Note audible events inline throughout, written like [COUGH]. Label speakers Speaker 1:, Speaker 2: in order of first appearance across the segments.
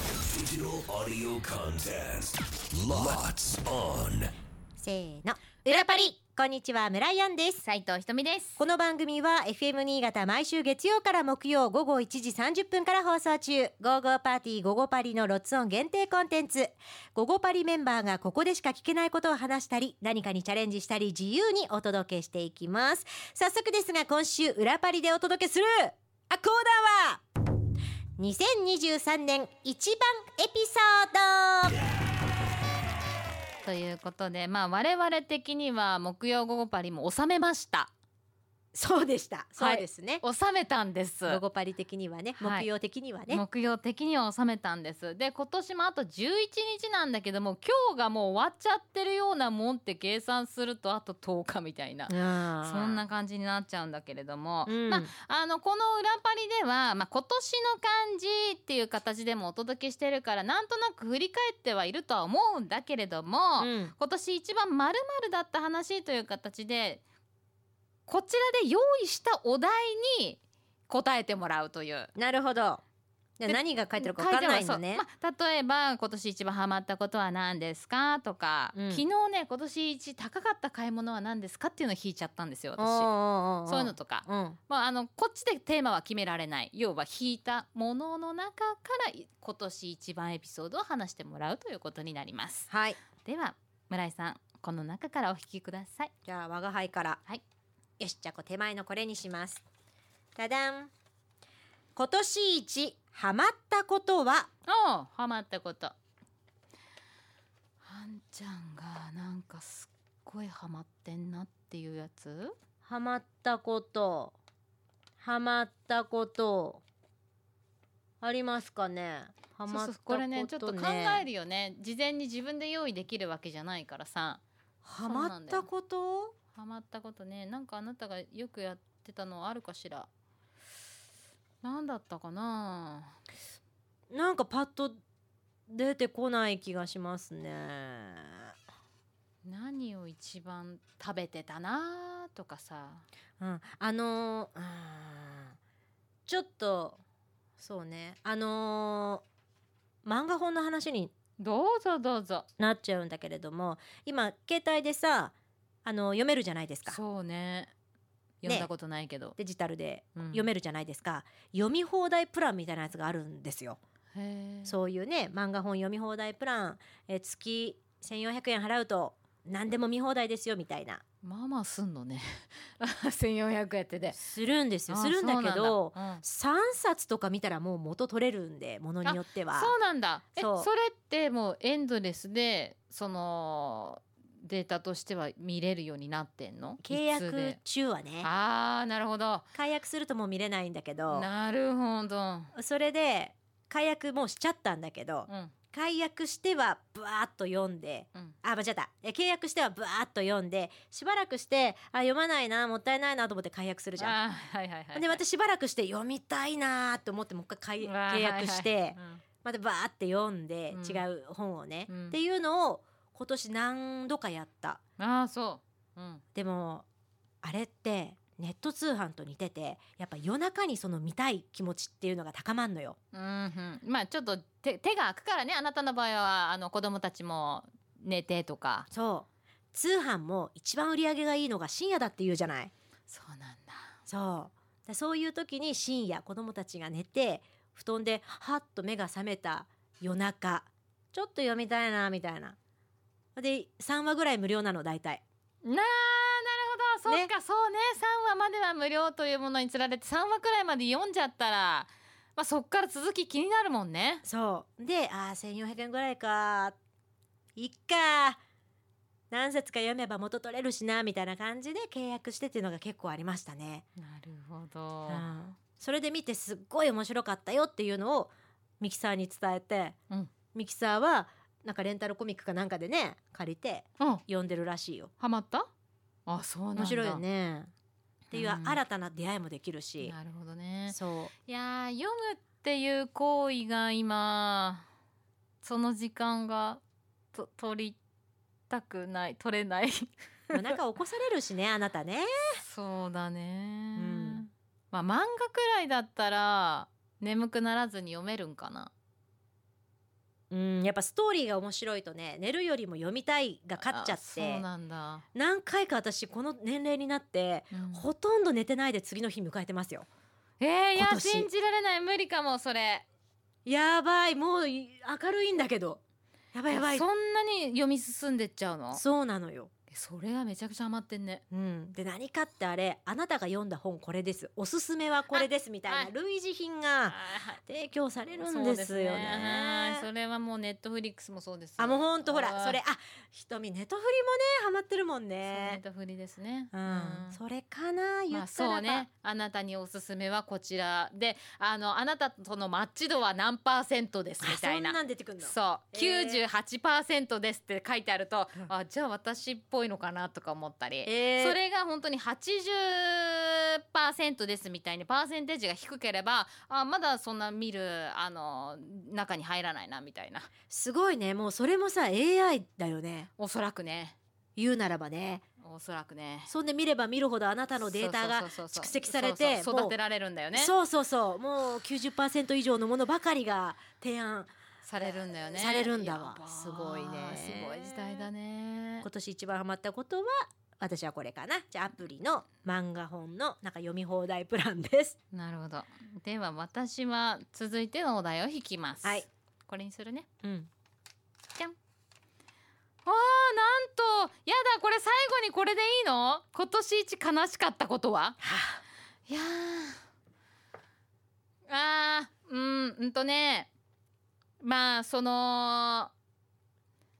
Speaker 1: Digital audio contest. Lots on.
Speaker 2: せーの裏パリこんにちは村井アンです
Speaker 3: 斉藤ひとみです。
Speaker 2: この番組は FM 新潟毎週月曜から木曜午後1時30分から放送中「ゴーゴーパーティーゴゴパリ」のロッツオン限定コンテンツ「ゴゴパリ」メンバーがここでしか聞けないことを話したり何かにチャレンジしたり自由にお届けしていきます早速ですが今週裏パリでお届けするあコーナーは2023年一番エピソード
Speaker 3: ということで、まあ我々的には木曜午後パリも収めました。
Speaker 2: そうでしたそうですね、
Speaker 3: 収めたんです。
Speaker 2: ゴゴパリ的にはね、
Speaker 3: はい
Speaker 2: 木曜的にはね
Speaker 3: 木曜的には収めたんです。で、今年もあと11日なんだけども、今日がもう終わっちゃってるようなもんって計算するとあと10日みたいな。
Speaker 2: あー
Speaker 3: そんな感じになっちゃうんだけれども、
Speaker 2: うん
Speaker 3: まああのこの裏パリでは、まあ、今年の漢字っていう形でもお届けしてるからなんとなく振り返ってはいるとは思うんだけれども、
Speaker 2: うん
Speaker 3: 今年一番まるまるだった話という形でこちらで用意したお題に答えてもらうという。
Speaker 2: なるほど。じゃあ
Speaker 3: で
Speaker 2: 何が書いてるか分かんないのね
Speaker 3: 書。てはそうまあ、例えば今年一番ハマったことは何ですかとか、
Speaker 2: うん
Speaker 3: 昨日ね今年一高かった買い物は何ですかっていうのを引いちゃったんですよ私。
Speaker 2: 私
Speaker 3: そういうのとか、
Speaker 2: うん、
Speaker 3: まあ、あのこっちでテーマは決められない要は引いたものの中からい今年一番エピソードを話してもらうということになります
Speaker 2: はい。
Speaker 3: では村井さんこの中からお引きください
Speaker 2: じゃあ我が輩から。
Speaker 3: はい。
Speaker 2: よし、じゃあこう手前のこれにします。ただん。今年一ハマったことは
Speaker 3: おうハマったことはんちゃんがなんかすっごいハマってんなっていうやつ
Speaker 2: ハマったことハマったことありますかね。ハ
Speaker 3: そうそうこれねちょっと考えるよね事前に自分で用意できるわけじゃないからさ
Speaker 2: ハマったこと？
Speaker 3: ハマったことねなんかあなたがよくやってたのあるかしらなんだったかな
Speaker 2: なんかパッと出てこない気がしますね。
Speaker 3: 何を一番食べてたなとかさ
Speaker 2: うん、あのーうんちょっとそうねあのー漫画本の話に
Speaker 3: どうぞどうぞ
Speaker 2: なっちゃうんだけれども今携帯でさあの読めるじゃないですか
Speaker 3: そうね読んだことないけど、
Speaker 2: デジタルで
Speaker 3: うん
Speaker 2: 読めるじゃないですか、読み放題プランみたいなやつがあるんですよ。
Speaker 3: へえ
Speaker 2: そういうね漫画本読み放題プラン、えー月1400円払うと何でも見放題ですよみたいな
Speaker 3: まあまあすんのね [LAUGHS] 1400やってで。
Speaker 2: するんですよするんだけど
Speaker 3: あ
Speaker 2: 3冊とか見たらもう元取れるんでものによっては。
Speaker 3: そうなんだ,、うん、そうなん
Speaker 2: そ
Speaker 3: だえ
Speaker 2: う
Speaker 3: それってもうエンドレスでそのデータとしては見れるようになってんの
Speaker 2: 契
Speaker 3: いつ
Speaker 2: 約
Speaker 3: で
Speaker 2: 中はね
Speaker 3: あーなるほど
Speaker 2: 解約するともう見れないんだけど
Speaker 3: なるほど、
Speaker 2: それで解約もうしちゃったんだけど
Speaker 3: うん
Speaker 2: 解約してはブワーッと読んで
Speaker 3: うん、
Speaker 2: あ間違ったえ契約してはブワーッと読んでしばらくしてあ読まないなもったいないなと思って解約するじゃん。
Speaker 3: あーはいはいはい、
Speaker 2: で私しばらくして読みたいなと思ってもう一回解
Speaker 3: うわー
Speaker 2: 契約して、
Speaker 3: はいはいうん
Speaker 2: またバーって読んで、
Speaker 3: うん
Speaker 2: 違う本をね、
Speaker 3: うん
Speaker 2: っていうのを今年何度かやった。
Speaker 3: ああそう、うん、
Speaker 2: でもあれってネット通販と似ててやっぱ夜中にその見たい気持ちっていうのが高まんのよ。
Speaker 3: うんうんまあちょっと手手が空くからねあなたの場合はあの子供たちも寝てとか
Speaker 2: そう通販も一番売り上げがいいのが深夜だって言うじゃない。
Speaker 3: そうなんだ
Speaker 2: そうだそういう時に深夜子供たちが寝て布団でハッと目が覚めた夜中ちょっと読みたいなみたいな。で3話ぐらい無料なの大体。
Speaker 3: なあなるほどそっか、そうね3話までは無料というものにつられて3話くらいまで読んじゃったら、まあ、そっから続き気になるもんね
Speaker 2: そうであー1400円ぐらいかいっか何節か読めば元取れるしなみたいな感じで契約してっていうのが結構ありましたね、
Speaker 3: なるほど
Speaker 2: うんそれで見てすっごい面白かったよっていうのをミキサーに伝えて、
Speaker 3: うん
Speaker 2: ミキサーはなんかレンタルコミックかなんかでね借りて
Speaker 3: うん
Speaker 2: 読んでるらしいよ
Speaker 3: ハマったあそうなんだ
Speaker 2: 面白いよねっていう
Speaker 3: うん
Speaker 2: 新たな出会いもできるし、
Speaker 3: なるほどね
Speaker 2: そ
Speaker 3: いやー読むっていう行為が今その時間がと取りたくない取れな
Speaker 2: う
Speaker 3: い
Speaker 2: 夜中起こされるしねあなたね
Speaker 3: そうだね、
Speaker 2: ん
Speaker 3: まあ漫画くらいだったら眠くならずに読めるんかな
Speaker 2: うんやっぱストーリーが面白いとね寝るよりも読みたいが勝っちゃっ
Speaker 3: あそ
Speaker 2: て
Speaker 3: うなんだ、
Speaker 2: 何回か私この年齢になって
Speaker 3: うん
Speaker 2: ほとんど寝てないで次の日迎えてますよ
Speaker 3: えー、い
Speaker 2: 今
Speaker 3: や
Speaker 2: 年
Speaker 3: 信じられない無理かもそれ
Speaker 2: やばいもうい明るいんだけどやばいやばい
Speaker 3: そんなに読み進んでっちゃうの
Speaker 2: そうなのよ
Speaker 3: それはめちゃくちゃハマってんね
Speaker 2: うん、で何かってあれあなたが読んだ本これですおすすめはこれですみたいな
Speaker 3: あ
Speaker 2: 類似品
Speaker 3: あ
Speaker 2: が
Speaker 3: はい
Speaker 2: 提供されるんですよね
Speaker 3: はいそれはもうネットフリックスもそうです
Speaker 2: あもうほんとほ
Speaker 3: あ
Speaker 2: ら
Speaker 3: ー
Speaker 2: それあ瞳ネトフリもねハマってるもん
Speaker 3: そうネ
Speaker 2: ね
Speaker 3: ットフリですね
Speaker 2: うん、それかな言
Speaker 3: まあ
Speaker 2: ったらば、
Speaker 3: そうねあなたにおすすめはこちらであのあなたとのマッチ度は何パーセントですみ
Speaker 2: あ
Speaker 3: た
Speaker 2: そ
Speaker 3: い
Speaker 2: ん
Speaker 3: な
Speaker 2: なん出てくんの
Speaker 3: そ
Speaker 2: え
Speaker 3: う、
Speaker 2: ー
Speaker 3: 98%ですって書いてあると、
Speaker 2: うん
Speaker 3: あじゃあ私っぽいのかなとか思ったり、
Speaker 2: えー
Speaker 3: それが本当に80%ですみたいにパーセンテージが低ければあまだそんな見るあの中に入らないなみたいな
Speaker 2: すごいねもうそれもさ AI だよね
Speaker 3: おそらくね
Speaker 2: 言うならばね
Speaker 3: おそらくね。
Speaker 2: そんで見れば見るほどあなたのデータが
Speaker 3: そうそうそうそう
Speaker 2: 蓄積されて
Speaker 3: そうそう
Speaker 2: もう
Speaker 3: 育てられるんだよね
Speaker 2: そうそうそうもう90%以上のものばかりが提案
Speaker 3: されるんだよね
Speaker 2: されるんだわ
Speaker 3: やばー
Speaker 2: すごいね
Speaker 3: すごい時代だね
Speaker 2: 今年一番ハマったことは私はこれかなじゃあアプリの漫画本のなんか読み放題プランです
Speaker 3: なるほどでは私は続いてのお題を引きます
Speaker 2: はい
Speaker 3: これにするね
Speaker 2: うん
Speaker 3: あーなんとやだこれ最後にこれでいいの今年一悲しかったことは
Speaker 2: はい
Speaker 3: やーあーうんうんとねまあその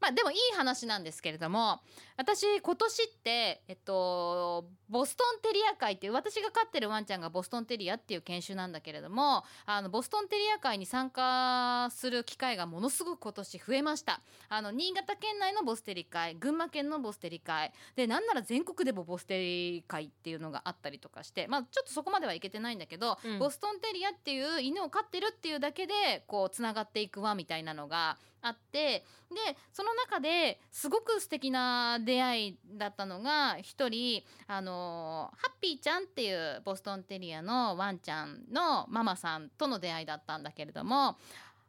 Speaker 3: まあでもいい話なんですけれども私今年ってえっとボストンテリア会っていう私が飼ってるワンちゃんがボストンテリアっていう犬種なんだけれどもあのボストンテリア会に参加する機会がものすごく今年増えましたあの新潟県内のボステリ会群馬県のボステリ会でなんなら全国でもボステリ会っていうのがあったりとかしてまあちょっとそこまではいけてないんだけど、
Speaker 2: うん
Speaker 3: ボストンテリアっていう犬を飼ってるっていうだけでこうつながっていく輪みたいなのがあってでその中ですごく素敵な出会いだったのが一人あのハッピーちゃんっていうボストンテリアのワンちゃんのママさんとの出会いだったんだけれども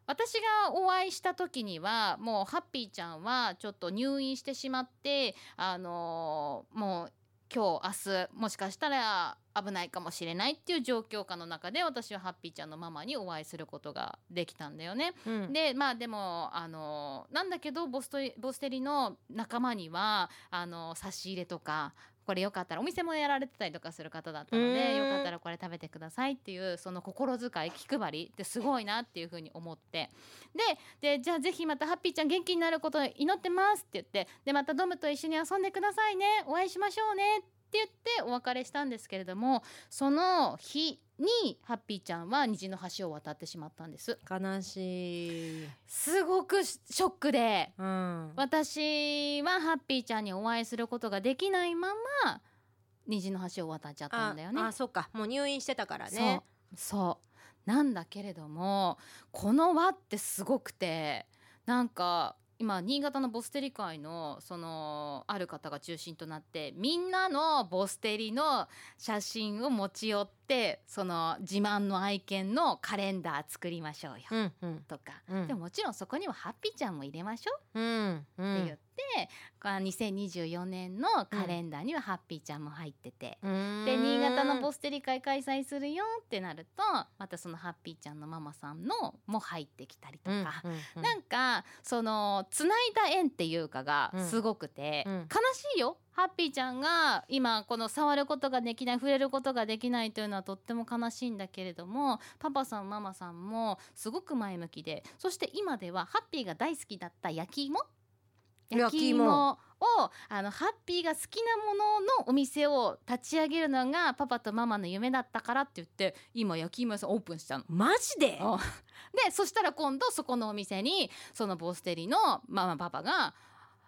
Speaker 3: 私がお会いした時にはもうハッピーちゃんはちょっと入院してしまってあのもう今日明日もしかしたら危ないかもしれないっていう状況下の中で私はハッピーちゃんのママにお会いすることができたんだよね。
Speaker 2: うん
Speaker 3: でまあでもあのなんだけどボストリボステリの仲間にはあの差し入れとかこれよかったらお店もやられてたりとかする方だったの
Speaker 2: う
Speaker 3: で
Speaker 2: ーん
Speaker 3: よかったらこれ食べてくださいっていうその心遣い気配りってすごいなっていうふうに思ってででじゃあぜひまたハッピーちゃん元気になることを祈ってますって言ってでまたドムと一緒に遊んでくださいねお会いしましょうねって言ってお別れしたんですけれどもその日にハッピーちゃんは虹の橋を渡ってしまったんです。
Speaker 2: 悲しい
Speaker 3: すごくシショックで
Speaker 2: うん
Speaker 3: 私はハッピーちゃんにお会いすることができないまま虹の橋を渡っちゃったんだよね
Speaker 2: ああそうかもう入院してたからね
Speaker 3: そうそうなんだけれどもこの輪ってすごくてなんか今新潟のボステリ会のそのある方が中心となってみんなのボステリの写真を持ち寄ってその自慢の愛犬のカレンダー作りましょうよ
Speaker 2: うんうん
Speaker 3: とか、
Speaker 2: うん
Speaker 3: でももちろんそこにはハッピーちゃんも入れましょう
Speaker 2: うんう
Speaker 3: って
Speaker 2: ん
Speaker 3: 言って、こう2024年のカレンダーにはハッピーちゃんも入ってて、で新潟のボ
Speaker 2: ス
Speaker 3: ステリ会開催するよってなるとまたそのハッピーちゃんのママさんのも入ってきたりとか、なんかそのつないだ縁っていうかが
Speaker 2: うん
Speaker 3: すごくて、
Speaker 2: うん
Speaker 3: 悲しいよハッピーちゃんが今この触ることができない触れることができないというのはとっても悲しいんだけれどもパパさんママさんもすごく前向きでそして今ではハッピーが大好きだった焼き芋
Speaker 2: 焼き芋
Speaker 3: をあのハッピーが好きなもののお店を立ち上げるのがパパとママの夢だったからって言って今焼き芋屋さんオープンしたの。
Speaker 2: マジで
Speaker 3: あでそしたら今度そこのお店にそのボステリのママパパが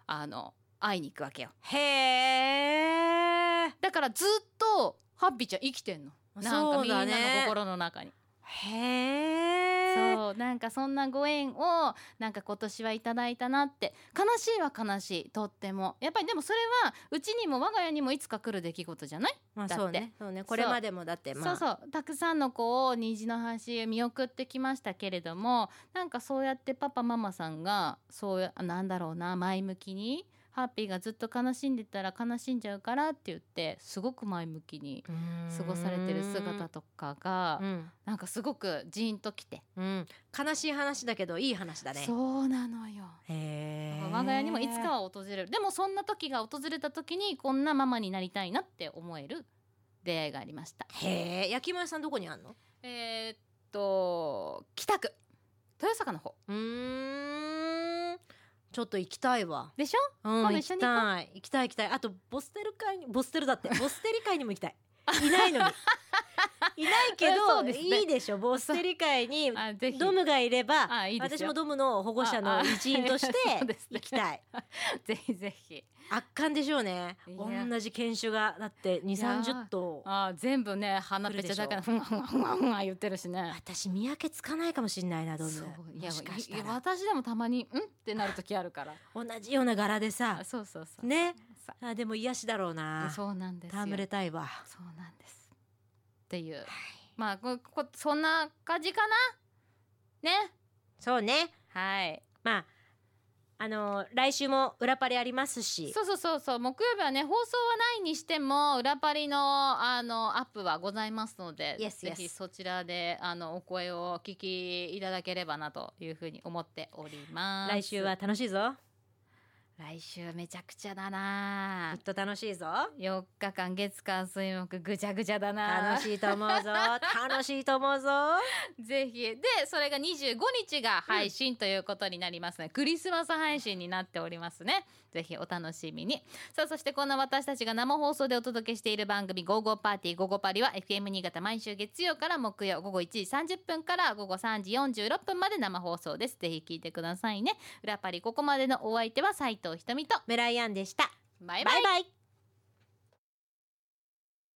Speaker 3: あの会いに行くわけよ
Speaker 2: へえ
Speaker 3: だからずっとハッピーちゃん生きてんのなんか
Speaker 2: そう
Speaker 3: みんな
Speaker 2: だ
Speaker 3: の
Speaker 2: ね
Speaker 3: 心の中に
Speaker 2: へえね
Speaker 3: そうなんかそんなご縁をなんか今年はいただいたなって悲しいは悲しいとってもやっぱりでもそれはうちにも我が家にもいつか来る出来事じゃない、
Speaker 2: まあ
Speaker 3: だって
Speaker 2: そうねそうねこれまでもだってまあ
Speaker 3: そうそうたくさんの子を虹の橋へ見送ってきましたけれどもなんかそうやってパパママさんがそうやなんだろうな前向きにハッピーがずっと悲しんでたら悲しんじゃうからって言ってすごく前向きに
Speaker 2: うーん
Speaker 3: 過ごされてる姿とかが
Speaker 2: うん
Speaker 3: なんかすごくジーンときて、
Speaker 2: うん悲しい話だけどいい話だね
Speaker 3: そうなのよ。
Speaker 2: へえ
Speaker 3: 我が家にもいつかは訪れるでもそんな時が訪れた時にこんなママになりたいなって思える出会いがありました
Speaker 2: へえ焼き芋屋さんどこにあんの
Speaker 3: えーっと北区豊坂の方
Speaker 2: うーんちょっと行きたいわ
Speaker 3: でしょ
Speaker 2: うん
Speaker 3: 今度
Speaker 2: 行
Speaker 3: 一緒
Speaker 2: き
Speaker 3: に行こう
Speaker 2: たい行きたい行きたいあとボステル会にボステルだってボステリ会にも行きたい [LAUGHS] いないのに
Speaker 3: [LAUGHS]
Speaker 2: いないけ
Speaker 3: そ
Speaker 2: ど
Speaker 3: うですね
Speaker 2: いいでしょボステリ会に
Speaker 3: あぜひ
Speaker 2: ドムがいれば
Speaker 3: あいいです
Speaker 2: 私
Speaker 3: よ
Speaker 2: もドムの保護者の一員として
Speaker 3: ああ [LAUGHS] そうですね
Speaker 2: 行きたい
Speaker 3: [LAUGHS] ぜひぜひ
Speaker 2: 圧巻でしょうね
Speaker 3: いや
Speaker 2: 同じ犬種がだって2
Speaker 3: いや
Speaker 2: 三3 0頭
Speaker 3: あ全部ね鼻ぺちゃだからふんわふんわふんわふんわ言ってる
Speaker 2: [LAUGHS]
Speaker 3: しね
Speaker 2: 私見分けつかないかもしんないなドム
Speaker 3: そうい
Speaker 2: も
Speaker 3: や
Speaker 2: しかした
Speaker 3: いや
Speaker 2: ら
Speaker 3: 私でもたまにうんってなる時あるから
Speaker 2: 同じような柄でさ
Speaker 3: あ [LAUGHS] そうそうそう
Speaker 2: ね
Speaker 3: さ
Speaker 2: あでも癒しだろうな
Speaker 3: そうなんですよ
Speaker 2: 戯れたいわ
Speaker 3: そうなんですっていうまあここそんな感じかなね
Speaker 2: そうね
Speaker 3: はい
Speaker 2: まああのー来週も裏パリありますし
Speaker 3: そうそうそうそう木曜日はね放送はないにしても裏パリのあのアップはございますので
Speaker 2: Yes,
Speaker 3: ぜひ
Speaker 2: yes
Speaker 3: そちらであのお声をお聞きいただければなというふうに思っております
Speaker 2: 来週は楽しいぞ
Speaker 3: 来週めちゃくちゃだ
Speaker 2: き
Speaker 3: な
Speaker 2: っと楽しいぞ
Speaker 3: 4日間月間水木ぐちゃぐちゃだな
Speaker 2: 楽しいと思うぞ楽しいと思うぞ
Speaker 3: ぜひでそれが25日が配信ということになりますね、クリスマス配信になっておりますねぜひお楽しみにさあそしてこんな私たちが生放送でお届けしている番組「ゴーゴーパーティーゴーゴーパリ」は FM 新潟毎週月曜から木曜午後1時30分から午後3時46分まで生放送ですぜひ聞いてくださいね裏パリここまでのお相手は斉藤ひとみと
Speaker 2: メライアンでした
Speaker 3: バイバイ
Speaker 2: バイバイ